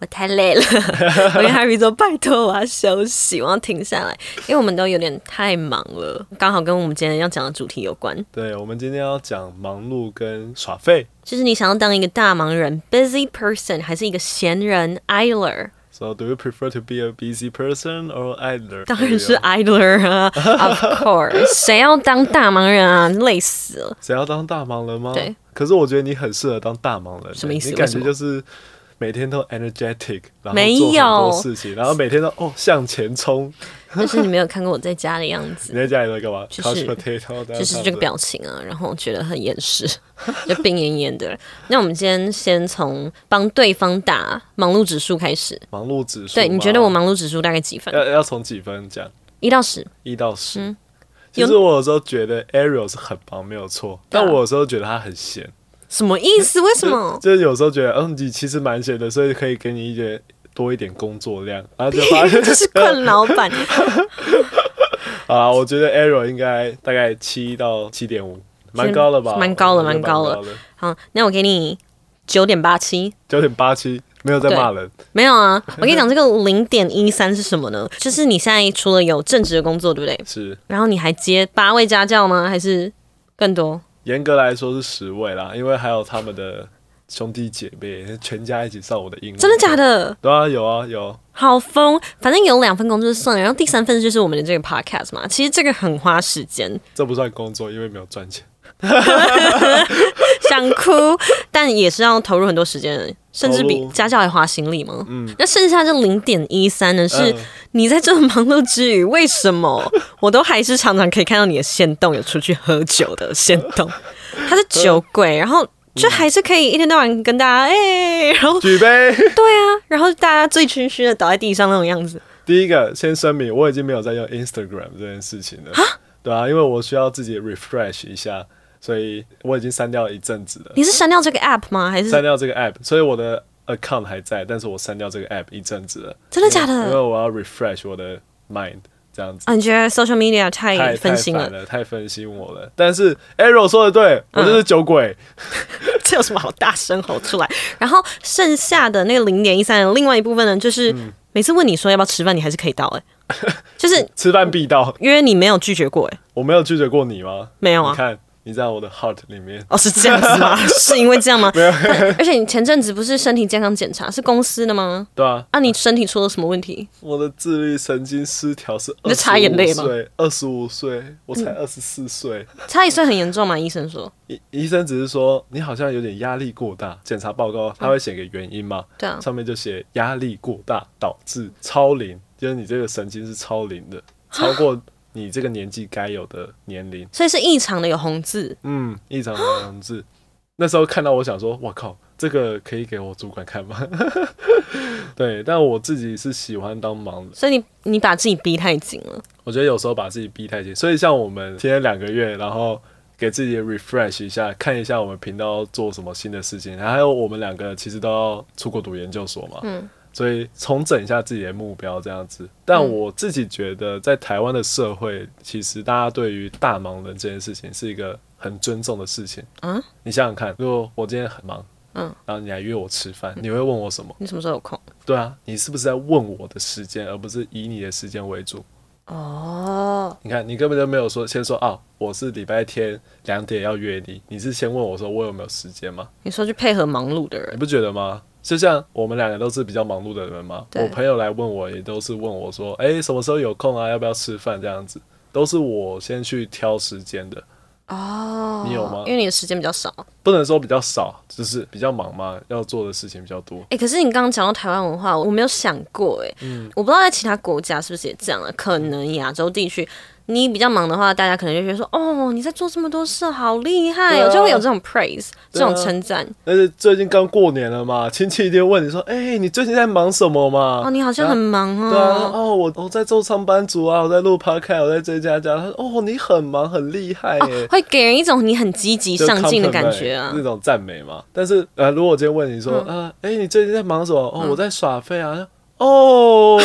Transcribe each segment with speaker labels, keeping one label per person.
Speaker 1: 我太累了，我跟 Harry 说：“拜托，我要休息，我要停下来，因为我们都有点太忙了，刚好跟我们今天要讲的主题有关。
Speaker 2: 对，我们今天要讲忙碌跟耍废。
Speaker 1: 就是你想要当一个大忙人 （busy person） 还是一个闲人 （idler）？
Speaker 2: So, do you prefer to be a busy person or idler?
Speaker 1: 当然是 idler 啊，of course。谁要当大忙人啊？累死了。
Speaker 2: 谁要当大忙人吗？
Speaker 1: 对。
Speaker 2: 可是我觉得你很适合当大忙人欸，
Speaker 1: 什么意思
Speaker 2: 你感
Speaker 1: 为
Speaker 2: 觉
Speaker 1: 什么
Speaker 2: 就是每天都 energetic，然后
Speaker 1: 没
Speaker 2: 做很多
Speaker 1: 有
Speaker 2: 事情，然后每天都哦向前冲。
Speaker 1: 但是你没有看过我在家的样
Speaker 2: 你
Speaker 1: 子，
Speaker 2: 在家里都干嘛
Speaker 1: 就
Speaker 2: ？couch
Speaker 1: 是
Speaker 2: potato，
Speaker 1: 就是这个表情啊，然后觉得很厌世， 就病恹恹的。那我们今天先从帮对方打忙碌指数开始。
Speaker 2: 忙碌指数吗。呃
Speaker 1: 对，你觉得我忙碌指数大概几分？
Speaker 2: 要要从几分讲？
Speaker 1: 一到十。
Speaker 2: 一到十。其
Speaker 1: 嗯有啊
Speaker 2: 实我有时候觉得 Ariel 是很忙，没有错，但我有时候觉得他很闲，
Speaker 1: 什么意思？为什么？
Speaker 2: 就是有时候觉得，嗯，你其实蛮闲的，所以可以给你一些多一点工作量，然后就发 现
Speaker 1: 这是困老板。
Speaker 2: 啊，我觉得 Ariel 应该大概七到七点五，蛮高了吧？
Speaker 1: 蛮高
Speaker 2: 我
Speaker 1: 了
Speaker 2: 觉得
Speaker 1: 蛮高了
Speaker 2: 了，
Speaker 1: 好，那我给你九点八七。
Speaker 2: 九点八七，没有在骂人，
Speaker 1: 没有啊，我跟你讲，这个零点一三是什么呢？就是你现在除了有正职的工作，对不对？
Speaker 2: 是
Speaker 1: 然后你还接八位家教吗？还是更多？
Speaker 2: 严格来说是十位啦，因为还有他们的兄弟姐妹，全家一起上我的英文，
Speaker 1: 真的假？的？
Speaker 2: 对啊，有啊有，
Speaker 1: 好疯！反正有两份工作就算了，然后第三份就是我们的这个 podcast 嘛。其实这个很花时间，
Speaker 2: 这不算工作，因为没有赚钱。
Speaker 1: 想哭，但也是要投入很多时间的，甚至
Speaker 2: 投
Speaker 1: 比
Speaker 2: 入
Speaker 1: 家教还花心力嘛。嗯，那剩下这零点一三呢，是
Speaker 2: 嗯
Speaker 1: 你在这么忙碌之余，为 什么我都还是常常可以看到你的线动有出去喝酒的线 动？他是酒鬼，然
Speaker 2: 嗯
Speaker 1: 后就还是可以一天到晚跟大家哎、然后
Speaker 2: 举杯。
Speaker 1: 对啊，然后大家醉醺醺的倒在地上那种样子。
Speaker 2: 第一个先声明，我已经没有在用 Instagram 这件事情了，对啊，因为我需要自己 refresh 一下，所以我已经删掉了一阵子了，
Speaker 1: 你是删掉这个 app 吗？还是
Speaker 2: 删掉这个 app，所以我的 account 还在，但是我删掉这个 app 一阵子了，
Speaker 1: 真的假
Speaker 2: 因为
Speaker 1: 的？
Speaker 2: 我要 refresh 我的 mind 这样子。
Speaker 1: 啊，你觉得 social media 太
Speaker 2: 太
Speaker 1: 分心
Speaker 2: 太
Speaker 1: 了嗯
Speaker 2: 烦？了，太分心我了。但是 Arrow 说的对，我就是酒鬼，
Speaker 1: 这有什么好大声吼出来？然后剩下的那个零点一三的另外一部分呢，就是
Speaker 2: 嗯
Speaker 1: 每次问你说要不要吃饭，你还是可以到哎、就是
Speaker 2: 吃饭必到。
Speaker 1: 约你没有拒绝过哎、
Speaker 2: 我没有拒绝过你吗？
Speaker 1: 没有啊
Speaker 2: 你看你在我的 heart 里面，
Speaker 1: 哦，是这样子 吗？是因为这样吗？ 没有。而且你前阵子不是身体健康检查是公司的吗？
Speaker 2: 对啊，
Speaker 1: 啊，你身体出了什么问题？
Speaker 2: 我的自律神经失调是
Speaker 1: 你在擦眼泪吗嗯
Speaker 2: 对，二十五岁，我才二十四岁。
Speaker 1: 差一岁很严重吗？医生说。
Speaker 2: 医医生只是说你好像有点压力过大，检查报告他会写个原因嘛，
Speaker 1: 对啊
Speaker 2: 上面就写压力过大导致超龄，就是你这个神经是超龄的，超过你这个年纪该有的年龄。
Speaker 1: 所以是异常的，有红字，
Speaker 2: 嗯，异常的样子。那时候看到我想说，我靠，这个可以给我主管看吗？ 对，但我自己是喜欢当盲人。
Speaker 1: 所以你你把自己逼太紧了。
Speaker 2: 我觉得有时候把自己逼太紧，所以像我们今天两个月，然后给自己 refresh 一下，看一下我们频道做什么新的事情，然后还有我们两个其实都要出国读研究所嘛，嗯，所以重整一下自己的目标这样子。但我自己觉得，在台湾的社会，其实大家对于大忙人这件事情是一个很尊重的事情。
Speaker 1: 嗯，
Speaker 2: 你想想看，如果我今天很忙，
Speaker 1: 嗯，
Speaker 2: 然后你来约我吃饭，你会问我什么？
Speaker 1: 你什么时候有空？
Speaker 2: 对啊，你是不是在问我的时间，而不是以你的时间为主？
Speaker 1: 哦，
Speaker 2: 你看，你根本就没有说先说啊，我是礼拜天两点要约你，你是先问我说我有没有时间吗？
Speaker 1: 你说去配合忙碌的
Speaker 2: 你
Speaker 1: 人，
Speaker 2: 不觉得吗？就像我们两个都是比较忙碌的人嘛，
Speaker 1: 对
Speaker 2: 我朋友来问我也都是问我说，哎、什么时候有空啊？要不要吃饭？这样子都是我先去挑时间的，
Speaker 1: 哦，
Speaker 2: 你有吗
Speaker 1: 因为你的时间比较少。
Speaker 2: 不能说比较少，只是比较忙嘛，要做的事情比较多。
Speaker 1: 哎、可是你刚刚讲到台湾文化，我没有想过哎、
Speaker 2: 嗯
Speaker 1: 我不知道在其他国家是不是也这样啊？可能亚洲地区你比较忙的话，大家可能就觉得说，哦，你在做这么多事，好厉害、
Speaker 2: 对
Speaker 1: 哦，
Speaker 2: 啊
Speaker 1: 就会有这种 praise，、这
Speaker 2: 对啊
Speaker 1: 种称赞。
Speaker 2: 但是最近刚过年了嘛，亲戚一定问你说：“哎、你最近在忙什么嘛？”
Speaker 1: 哦，你好像很忙哦。
Speaker 2: 对啊，哦，我我在做上班族啊，我在录 podcast，我在这家家。他说：“哦，你很忙，很厉害耶。
Speaker 1: 会给人一种哦你很积极
Speaker 2: 就
Speaker 1: 上进的
Speaker 2: compliment，
Speaker 1: 感觉啊嗯
Speaker 2: 那！种赞美嘛。但是呃，如果我今天问你说，呃，哎、你最近在忙什么？哦，我在耍废啊。 哦，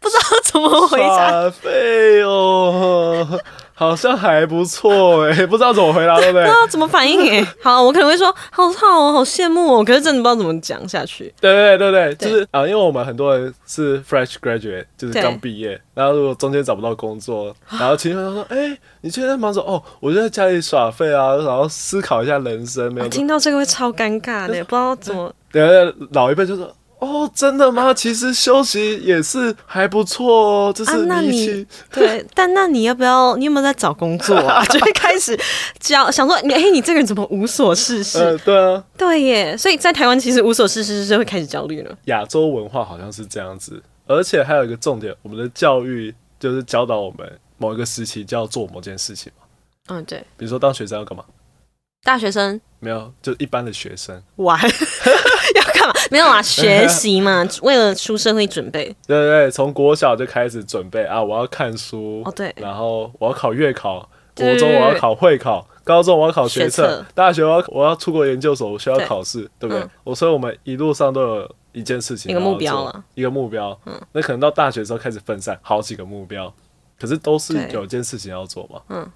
Speaker 1: 不知道怎么回答，
Speaker 2: 耍废哦， 好像还不错哎、不知道怎么回答，对不对
Speaker 1: 不知？道怎么反应哎、好，我可能会说好好哦，好羡慕哦，可是真的不知道怎么讲下去。
Speaker 2: 对对对对，
Speaker 1: 对
Speaker 2: 就是啊、因为我们很多人是 fresh graduate，就是
Speaker 1: 对
Speaker 2: 刚毕业，然后如果中间找不到工作，然后亲戚会说：“哎、你最近在忙什么？”哦，我就在家里耍废啊，然后思考一下人生，没有
Speaker 1: 我哦听到这个会超尴尬的，不知道怎么。
Speaker 2: 对，老一辈就说：“哦，真的吗？其实休息也是还不错哦，就
Speaker 1: 啊
Speaker 2: 是，
Speaker 1: 那
Speaker 2: 一
Speaker 1: 你
Speaker 2: 起。
Speaker 1: 对，但那你要不要？你有没有在找工作 啊？就会开始讲，想说，你哎、你这个人怎么无所事事？
Speaker 2: 呃，对啊，
Speaker 1: 对耶，所以在台湾其实无所事事是会开始焦虑了。
Speaker 2: 亚洲文化好像是这样子，而且还有一个重点，我们的教育就是教导我们某一个时期就要做某件事情嘛，
Speaker 1: 嗯，对，
Speaker 2: 比如说当学生要干嘛？
Speaker 1: 大学生
Speaker 2: 没有，就一般的学生。
Speaker 1: 玩 要干嘛？没 有啊，学习嘛，为了出社会准备。
Speaker 2: 对对对，从国小就开始准备啊，我要看书，
Speaker 1: 哦对
Speaker 2: 然后我要考月考，
Speaker 1: 对
Speaker 2: 国中我要考会考，高中我要考学
Speaker 1: 学
Speaker 2: 测
Speaker 1: 测，
Speaker 2: 大学我要我要出国研究所，我需要
Speaker 1: 对
Speaker 2: 考试，对不对
Speaker 1: 嗯？
Speaker 2: 我所以我们一路上都有一件事情，
Speaker 1: 一个目
Speaker 2: 了
Speaker 1: 标了，
Speaker 2: 一个目标，嗯，那可能到大学的时候开始分散好几个目标，可是都是
Speaker 1: 对
Speaker 2: 有一件事情要做嘛，
Speaker 1: 嗯，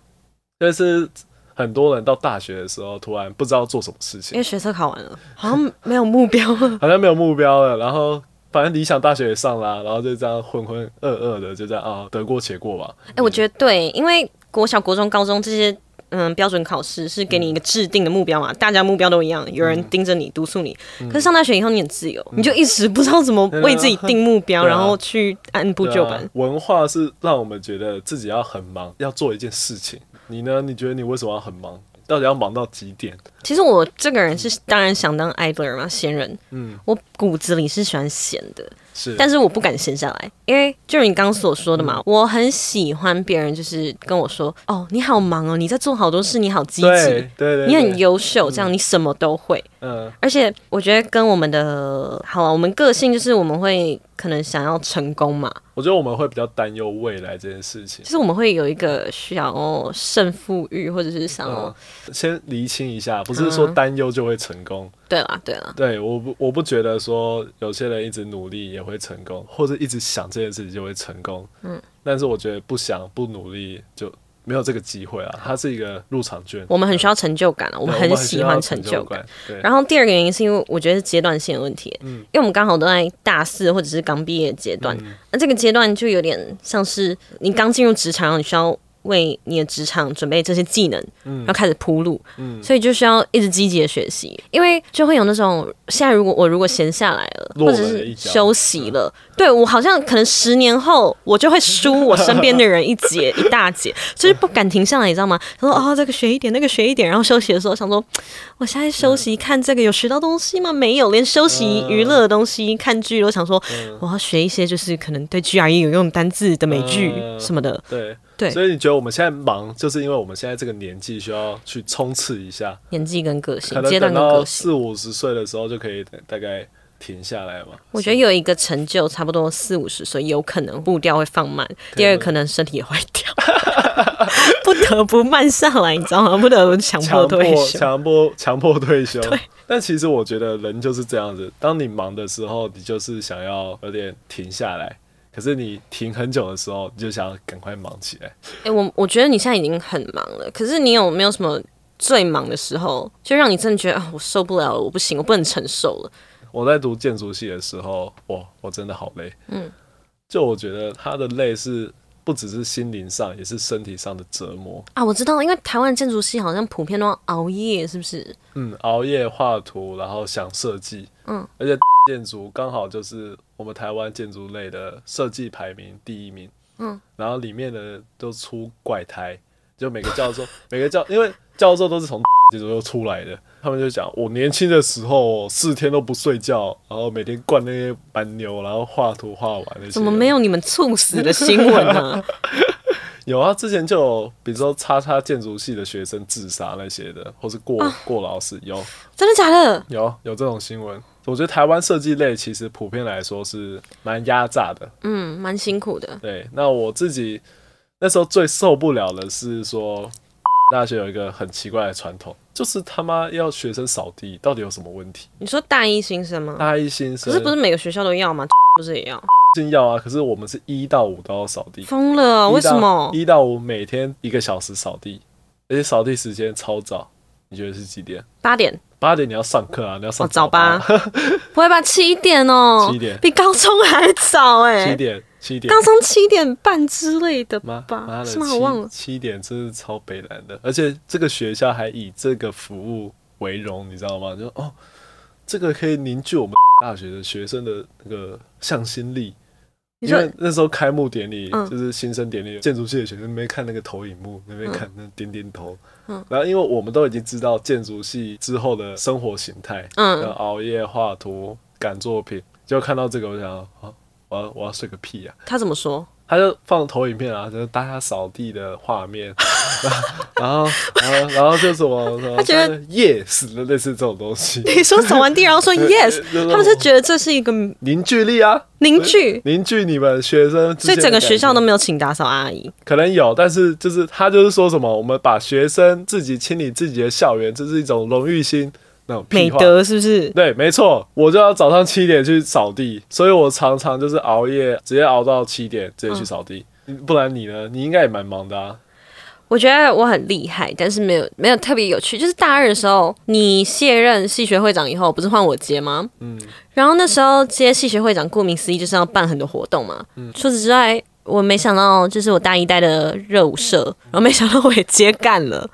Speaker 2: 但是很多人到大学的时候突然不知道做什么事
Speaker 1: 因
Speaker 2: 情
Speaker 1: 为，学测考完了，好 像没有目标了。
Speaker 2: 好像没有目标了，然后。反正理想大学也上啦、然后就这样浑浑噩噩的，就这样啊，得过且过吧。
Speaker 1: 哎、我觉得对，因为国小、国中、高中这些嗯标准考试是给你一个
Speaker 2: 嗯
Speaker 1: 制定的目标嘛，大家目标都一样，有人盯着你、督促你。
Speaker 2: 嗯
Speaker 1: 可是上大学以后，你很自由，你就一直不知道怎么为自己定目标，
Speaker 2: 对啊
Speaker 1: 然后去按部
Speaker 2: 对
Speaker 1: 就
Speaker 2: 啊
Speaker 1: 班。
Speaker 2: 文化是让我们觉得自己要很忙，要做一件事情。你呢？你觉得你为什么要很忙？到底要忙到几点？
Speaker 1: 其实我这个人是当然想当 idler 嘛，闲人。
Speaker 2: 嗯，
Speaker 1: 我骨子里是喜欢闲的，
Speaker 2: 是，
Speaker 1: 但是我不敢闲下来，因为就是你刚刚所说
Speaker 2: 嗯
Speaker 1: 的嘛，我很喜欢别人就是跟我说：“哦，你好忙哦，你在做好多事，你好积极
Speaker 2: 对，对对，
Speaker 1: 你
Speaker 2: 对
Speaker 1: 很，优秀，这样你什么都会。”
Speaker 2: 嗯，
Speaker 1: 而且我觉得跟我们的好啊了，我们个性就是我们会可能想要成功嘛，
Speaker 2: 我觉得我们会比较担忧未来这件事情
Speaker 1: 就。是我们会有一个需要胜负欲，或者是想要、
Speaker 2: 嗯，先厘清一下，不
Speaker 1: 嗯
Speaker 2: 是说担忧就会成功。
Speaker 1: 对啦对啦，
Speaker 2: 对，我不，我不觉得说有些人一直努力也会成功，或者一直想这件事情就会成功。嗯，但是我觉得不想不努力就没有这个机会啊，它是一个入场券。
Speaker 1: 我们很需要成就感啊，我
Speaker 2: 我
Speaker 1: 们
Speaker 2: 很需
Speaker 1: 喜
Speaker 2: 要
Speaker 1: 欢
Speaker 2: 成
Speaker 1: 成就感。
Speaker 2: 感。对，嗯
Speaker 1: 然后第二个原因是因为我觉得是阶段性的问题，因为我们刚好都在大四或者是刚毕业的阶段，那这个阶段就有点像是你刚进入职场，然后你需要为你的职场准备这些技能，
Speaker 2: 嗯
Speaker 1: 然后开始铺路，所以就需要一直积极的学习，因为就会有那种现在如果我如果闲下来了，
Speaker 2: 落
Speaker 1: 或
Speaker 2: 了
Speaker 1: 者
Speaker 2: 一嗯
Speaker 1: 是
Speaker 2: 跤
Speaker 1: 休息了，对我好像可能十年后我就会输我身边的人一截一大截，就是不敢停下来，你知道吗？他说哦，这个学一点，那个学一点，然后休息的时候想说，我现在休
Speaker 2: 嗯
Speaker 1: 息看这个有学到东西吗？没有，连休息娱乐的东西看剧都想说，
Speaker 2: 嗯
Speaker 1: 我要学一些就是可能对 GRE 有用的单字的美剧
Speaker 2: 嗯
Speaker 1: 什么的，
Speaker 2: 对
Speaker 1: 对
Speaker 2: 所以你觉得我们现在忙，就是因为我们现在这个年纪需要去冲刺一下，
Speaker 1: 年纪跟个
Speaker 2: 可
Speaker 1: 性、
Speaker 2: 能
Speaker 1: 阶段
Speaker 2: 等
Speaker 1: 跟
Speaker 2: 到
Speaker 1: 个性。
Speaker 2: 四五十岁的时候就可以大概停下来嘛。
Speaker 1: 我觉得有一个成就，差不多四五十岁，有可能步调会放慢；第二个可能身体也坏 掉， 不得不慢下来，你知道吗？不得不强迫
Speaker 2: 强迫
Speaker 1: 退休。
Speaker 2: 强迫 强迫退休。但其实我觉得人就是这样子，当你忙的时候，你就是想要有点停下来。可是你停很久的时候，你就想要赶快忙起来。
Speaker 1: 哎、我我觉得你现在已经很忙了，可是你有没有什么最忙的时候，就让你真的觉得啊，我受不了了，我不行，我不能承受了？
Speaker 2: 我在读建筑系的时候，哇，我真的好累。嗯，就我觉得他的累是不只是心灵上，也是身体上的折磨。
Speaker 1: 啊，我知道，因为台湾建筑系好像普遍都要熬夜，是不是？
Speaker 2: 嗯，熬夜画图，然后想设计，
Speaker 1: 嗯，
Speaker 2: 而且 建筑刚好就是我们台湾建筑类的设计排名第一名，
Speaker 1: 嗯，
Speaker 2: 然后里面的都出怪胎，就每个教授，每个教，因为教授都是从 其实都出来的。他们就讲，我年轻的时候四天都不睡觉，然后每天灌那些板牛，然后画图画完那些。
Speaker 1: 怎么没有你们猝死的新闻 呢、
Speaker 2: 有啊，之前就有，比如说叉叉建筑系的学生自杀那些的，或是过、
Speaker 1: 啊
Speaker 2: 过劳死，有
Speaker 1: 真的假的？
Speaker 2: 有有这种新闻。我觉得台湾设计类其实普遍来说是蛮压榨的。
Speaker 1: 嗯，蛮辛苦的。
Speaker 2: 对，那我自己那时候最受不了的是说，大学有一个很奇怪的传统，就是他妈要学生扫地，到底有什么问题？
Speaker 1: 你说大一新生吗？
Speaker 2: 大一新
Speaker 1: 嗯可
Speaker 2: 生
Speaker 1: 是不是每个学校都要吗？ 不是也要？
Speaker 2: 进要啊，可是我们是一到五都要扫地，
Speaker 1: 疯了，为什么？
Speaker 2: 一到五每天一个小时扫地，而且扫地时间超早，你觉得是几点？
Speaker 1: 八点
Speaker 2: 八点你要上课啊，你要上
Speaker 1: 哦，早
Speaker 2: 八
Speaker 1: 八，，不会吧？七点哦，
Speaker 2: 七点
Speaker 1: 比高中还早哎、
Speaker 2: 七点七点
Speaker 1: 高。中七点半之类的
Speaker 2: 妈
Speaker 1: 吧？
Speaker 2: 妈的，
Speaker 1: 是吗？我忘了。
Speaker 2: 七七点真是超北蓝的，而且这个学校还以这个服务为荣，你知道吗？就哦，这个可以凝聚我们 大学的学生的那个向心力。
Speaker 1: 你
Speaker 2: 因
Speaker 1: 说
Speaker 2: 为那时候开幕典礼、
Speaker 1: 嗯
Speaker 2: 就是新生典礼，建筑系的学生那边看那个投影幕，那边看那点点头。
Speaker 1: 嗯
Speaker 2: 然后因为我们都已经知道建筑系之后的生活形态，
Speaker 1: 嗯
Speaker 2: 要熬夜画图、赶作品，就看到这个，我想啊，我要我要睡个屁啊呀、
Speaker 1: 他怎 么说？
Speaker 2: 他就放投影片啊，就是大家扫地的画面， 然后然后然后然后就什么什么，
Speaker 1: 他觉得
Speaker 2: yes 的类似这种东西，
Speaker 1: 你说扫完地然后说 yes，
Speaker 2: 对
Speaker 1: 他们是觉得这是一个
Speaker 2: 凝聚力啊，
Speaker 1: 凝聚，
Speaker 2: 凝聚你们学生之
Speaker 1: 所
Speaker 2: 间的感情，
Speaker 1: 以整个学校都没有请打扫阿姨。
Speaker 2: 可能有，但是就是他就是说什么，我们把学生自己清理自己的校园，这是一种荣誉心那种
Speaker 1: 美
Speaker 2: 屁话。
Speaker 1: 德是不是？
Speaker 2: 对，没错，我就要早上七点去扫地，所以我常常就是熬夜，直接熬到七点，直接去扫地。不然你呢？你应该也蛮忙的啊。
Speaker 1: 我觉得我很厉害，但是没有没有特别有趣。就是大二的时候，你卸任系学会长以后，不是换我接吗？嗯。然后那时候接系学会长，顾名思义就是要办很多活动嘛。嗯。除此之外，我没想到就是我大一带的热舞社，然后没想到我也接干了，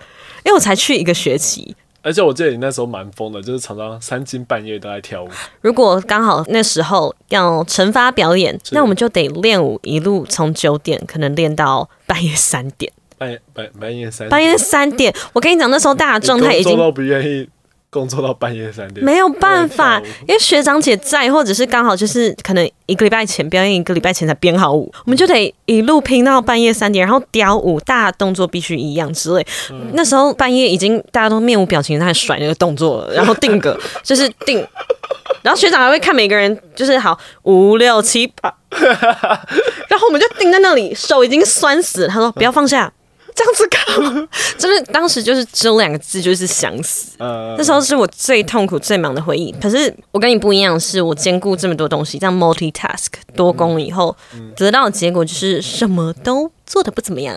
Speaker 1: 因为我才去一个学期。
Speaker 2: 而且我记得你那时候蛮疯的，就是常常三更半夜都在跳舞。
Speaker 1: 如果刚好那时候要惩罚表演，那我们就得练舞，一路从九点可能练到半夜三点。
Speaker 2: 半夜半半夜三点，
Speaker 1: 半夜三点，我跟你讲，那时候大家的状态已
Speaker 2: 你工
Speaker 1: 经
Speaker 2: 作都不愿意工作到半夜三点，
Speaker 1: 没有办法
Speaker 2: 不能跳舞，
Speaker 1: 因为学长姐在，或者是刚好就是可能一个礼拜前表演，一个礼拜前才编好舞，我们就得一路拼到半夜三点，然后雕舞，大家动作必须一样之类。
Speaker 2: 嗯
Speaker 1: 那时候半夜已经大家都面无表情在甩那个动作了，然后定格就是定，然后学长还会看每个人，就是好五六七 八，然后我们就定在那里，手已经酸死了。他说不要放 下。这样子干嘛？真的，当时就是只有两个字，就是想死。
Speaker 2: 呃
Speaker 1: 那，时候是我最痛苦、最忙的回忆。可是我跟你不一样，是我兼顾这么多东西，这样 multitask 多工以后，得到的结果就是什么都做的不怎么样。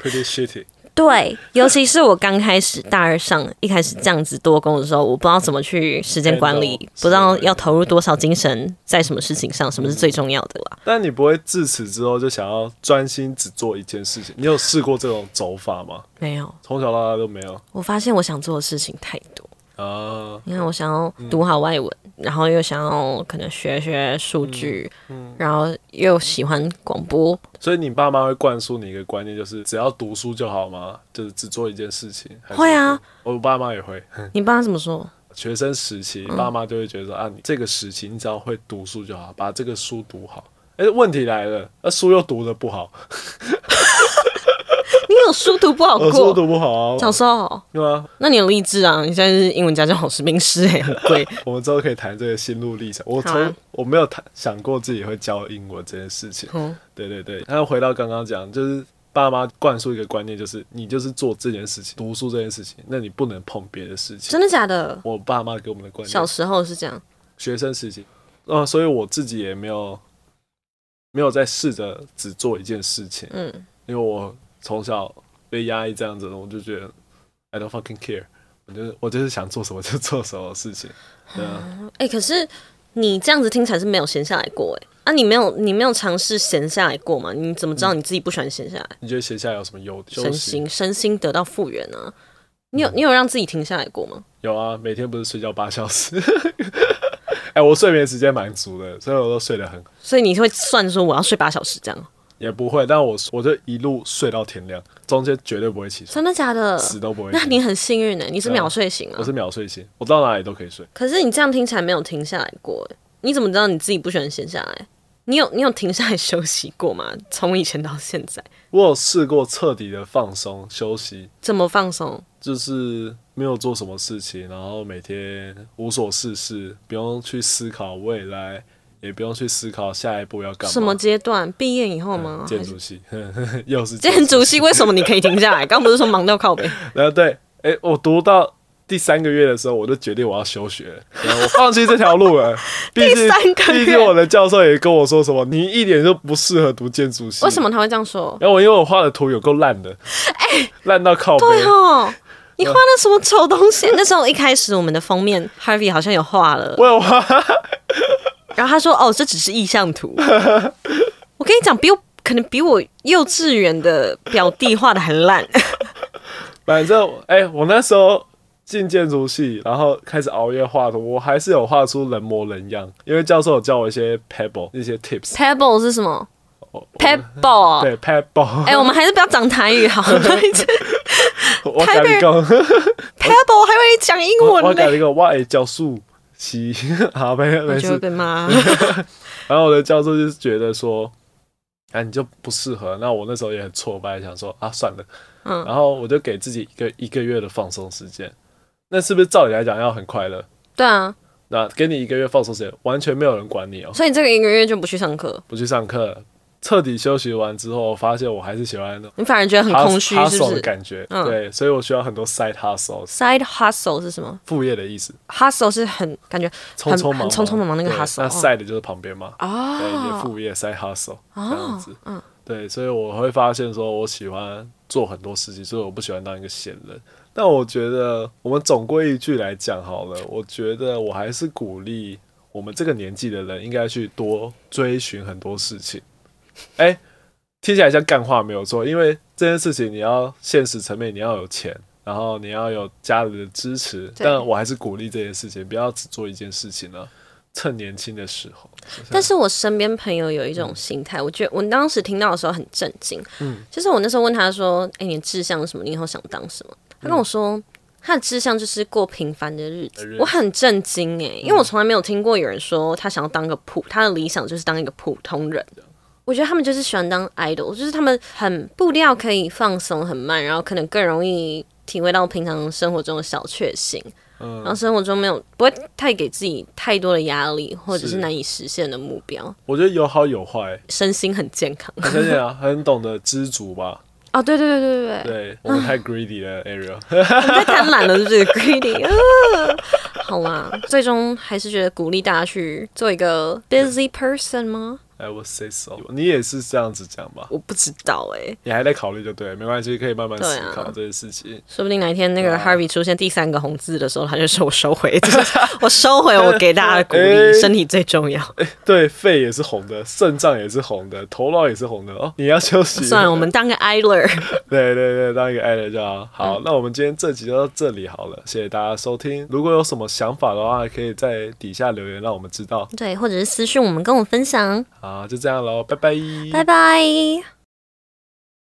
Speaker 2: pretty shitty。
Speaker 1: 对，尤其是我刚开始大二上一开始这样子多工的时候，我不知道怎么去时间管理
Speaker 2: Handle，
Speaker 1: 不知道要投入多少精神在什么事情上，什么是最重要的啦。
Speaker 2: 但你不会自此之后就想要专心只做一件事情？你有试过这种走法吗？
Speaker 1: 没有，
Speaker 2: 从小到大都没有
Speaker 1: 我发现我想做的事情太多。
Speaker 2: 啊。
Speaker 1: 你看，我想要读好外文，然后又想要可能学学数据，然后又喜欢广播，
Speaker 2: 所以你爸妈会灌输你一个观念，就是只要读书就好吗？就是只做一件事情。还是哦
Speaker 1: 会啊，
Speaker 2: 我爸妈也会。
Speaker 1: 你爸怎么说？
Speaker 2: 学生时期，
Speaker 1: 嗯
Speaker 2: 爸妈就会觉得说啊，你这个时期你只要会读书就好，把这个书读好。哎、问题来了，那、书又读的不好，
Speaker 1: 你有书读哦不好
Speaker 2: 我书
Speaker 1: 过？
Speaker 2: 读不好啊，
Speaker 1: 小时候，哦
Speaker 2: 对啊，
Speaker 1: 那你很励志啊！你现在是英文家教老师，名师哎，很贵。
Speaker 2: 我们之后可以谈这个心路历程。我
Speaker 1: 好
Speaker 2: 从、
Speaker 1: 啊
Speaker 2: 我没有谈想过自己会教英文这件事情。
Speaker 1: 嗯
Speaker 2: 对对对，那回到刚刚讲，就是爸妈灌输一个观念，就是你就是做这件事情，读书这件事情，那你不能碰别的事情
Speaker 1: 真。的假的？
Speaker 2: 我爸妈给我们的观念
Speaker 1: 小，时候是这样，
Speaker 2: 学生时期，嗯、所以我自己也没有没有在试着只做一件事情，
Speaker 1: 嗯，
Speaker 2: 因为我从小被压抑这样子，我就觉得 I don't fucking care，我就是我就是想做什么就做什么事情。 对啊。
Speaker 1: 哎、可是你这样子听起来是没有闲下来过哎、啊，你没有你没有尝试闲下来过吗？你怎么知道你自己不喜欢闲下来？
Speaker 2: 你觉得写下来有什么优点？休
Speaker 1: 身
Speaker 2: 息
Speaker 1: 心身心得到复原啊？你有你有让自己停下来过吗？
Speaker 2: 有啊，每天不是睡觉八小时。 哎、我睡眠时间蛮足的，所以我都睡得很好。
Speaker 1: 所以你会算说我要睡八小时这样？
Speaker 2: 也不会，但我我就一路睡到天亮，中间绝对不会起床，
Speaker 1: 真的假的？
Speaker 2: 死都不会
Speaker 1: 那你很幸运呢、你是秒睡醒啊
Speaker 2: 我。是秒睡醒，我到哪里都可以睡。
Speaker 1: 可是你这样听起来没有停下来过欸，你怎么知道你自己不喜欢闲下来？你有你有停下来休息过吗？从以前到现在，
Speaker 2: 我有试过彻底的放松休息，
Speaker 1: 怎么放松？
Speaker 2: 就是没有做什么事情，然后每天无所事事，不用去思考未来，也不用去思考下一步要干嘛。嗯
Speaker 1: 什么阶段？毕业以后吗？
Speaker 2: 建
Speaker 1: 还是
Speaker 2: 筑系， 又是
Speaker 1: 建筑系为什么你可以停下来？刚不是说忙到靠 背？
Speaker 2: 然后对，哎、我读到第三个月的时候，我就决定我要休学了，然后我放弃这条路 了。毕竟，
Speaker 1: 第三个月
Speaker 2: 毕竟我的教授也跟我说什么，你一点都不适合读建筑系。
Speaker 1: 为什？么他会这样说？
Speaker 2: 然后我因为我画的图有够烂 的，烂到靠背。
Speaker 1: 哎对哦，你画那什么丑东西？那时候一开始我们的封面 Harvey 好像有画了，
Speaker 2: 我有画，
Speaker 1: 然后他说：“哦，这只是意向 图。”我跟你讲，比我可能比我幼稚园的表弟画的还烂。
Speaker 2: 反正哎、我那时候进建筑系，然后开始熬夜画图，我还是有画出人模人样，因为教授有教我一些 pebble 一些 tips，
Speaker 1: Pebble 是什么
Speaker 2: 哦
Speaker 1: ？Pebble。啊
Speaker 2: 对 pebble，、
Speaker 1: 哎、我们还是不要讲台语好 了。Pebble
Speaker 2: 我改一个。
Speaker 1: 还会讲英
Speaker 2: 我我
Speaker 1: 文
Speaker 2: 改了
Speaker 1: 呢，
Speaker 2: 一个，我也教数七， 好，没有没
Speaker 1: 我就会
Speaker 2: 事。
Speaker 1: 被骂。
Speaker 2: 然后我的教授就是觉得说，啊，你就不适合。那我那时候也很挫败，想说啊，算了。
Speaker 1: 嗯
Speaker 2: 然后我就给自己一个一个月的放松时间。那是不是照理来讲要很快乐？
Speaker 1: 对啊，
Speaker 2: 那给你一个月放松时间，完全没有人管你哦、
Speaker 1: 所以你这个一个月就不去上课，
Speaker 2: 不去上课，彻底休息完之后，发现我还是喜欢
Speaker 1: 你反而觉得很空虚，是
Speaker 2: hustle
Speaker 1: 不
Speaker 2: 的
Speaker 1: 是
Speaker 2: 感觉。
Speaker 1: 嗯
Speaker 2: 对，所以我需要很多 side hustle
Speaker 1: ？Side hustle 是什么
Speaker 2: 副业的意思，
Speaker 1: ？Hustle 是很感觉
Speaker 2: 匆匆忙
Speaker 1: 很匆匆忙忙那个
Speaker 2: 对
Speaker 1: hustle，
Speaker 2: 那
Speaker 1: 哦
Speaker 2: side 就是旁边嘛。对，你的
Speaker 1: 哦
Speaker 2: 副业 side hustle 这样
Speaker 1: 哦
Speaker 2: 子，，
Speaker 1: 嗯，
Speaker 2: 对，所以我会发现说，我喜欢做很多事情，所以我不喜欢当一个闲人。但我觉得，我们总归一句来讲好了，我觉得我还是鼓励我们这个年纪的人应该去多追寻很多事情。哎、听起来像干话没有错，因为这件事情你要现实层面你要有钱，然后你要有家人的支持。
Speaker 1: 对
Speaker 2: 但我还是鼓励这件事情，不要只做一件事情了、趁年轻的时候。
Speaker 1: 但是我身边朋友有一种心态，我觉得我当时听到的时候很震惊。嗯，就是我那时候问他说：“哎、你的志向是什么？你以后想当什么？”他跟我说。他的志向就是过平凡的日子
Speaker 2: 日，子
Speaker 1: 我很震惊哎、因为我从来没有听过有人说他想要当个普，他的理想就是当一个普通人。我觉得他们就是喜欢当 idol，就是他们很步调可以放松很慢，然后可能更容易体会到平常生活中的小确幸，然后生活中没有不会太给自己太多的压力，或者
Speaker 2: 是
Speaker 1: 是难以实现的目标，
Speaker 2: 我觉得有好有坏、
Speaker 1: 身心很健康。
Speaker 2: 很相信啊，很懂得知足吧。
Speaker 1: 哦，对对对对对
Speaker 2: 对我们太 greedy 了，Ariel。
Speaker 1: 对，太贪婪了，是不是 greedy？啊好啦，最终还是觉得鼓励大家去做一个 busy person 吗？
Speaker 2: I would say so。你也是这样子讲吧？
Speaker 1: 我不知道哎、
Speaker 2: 你还在考虑就对了，没关系，可以慢慢
Speaker 1: 对
Speaker 2: 思
Speaker 1: 啊
Speaker 2: 考这件事情。
Speaker 1: 说不定哪一天那个
Speaker 2: 对啊
Speaker 1: Harvey 出现第三个红字的时候，他就说我收回，就是我收回我给大家的鼓励，
Speaker 2: 哎
Speaker 1: 身体最重要。
Speaker 2: 对，肺也是红的，肾脏也是红的，头脑也是红的哦。你要休息。
Speaker 1: 算了，我们当个 idler，
Speaker 2: 对对对，当一个爱人就好。好，那我们今天这集就到这里好了，谢谢大家收听。如果有什么想法的话，可以在底下留言让我们知道。
Speaker 1: 对，或者是私讯我们跟我分享，
Speaker 2: 好，就这样喽，拜拜。
Speaker 1: 拜拜。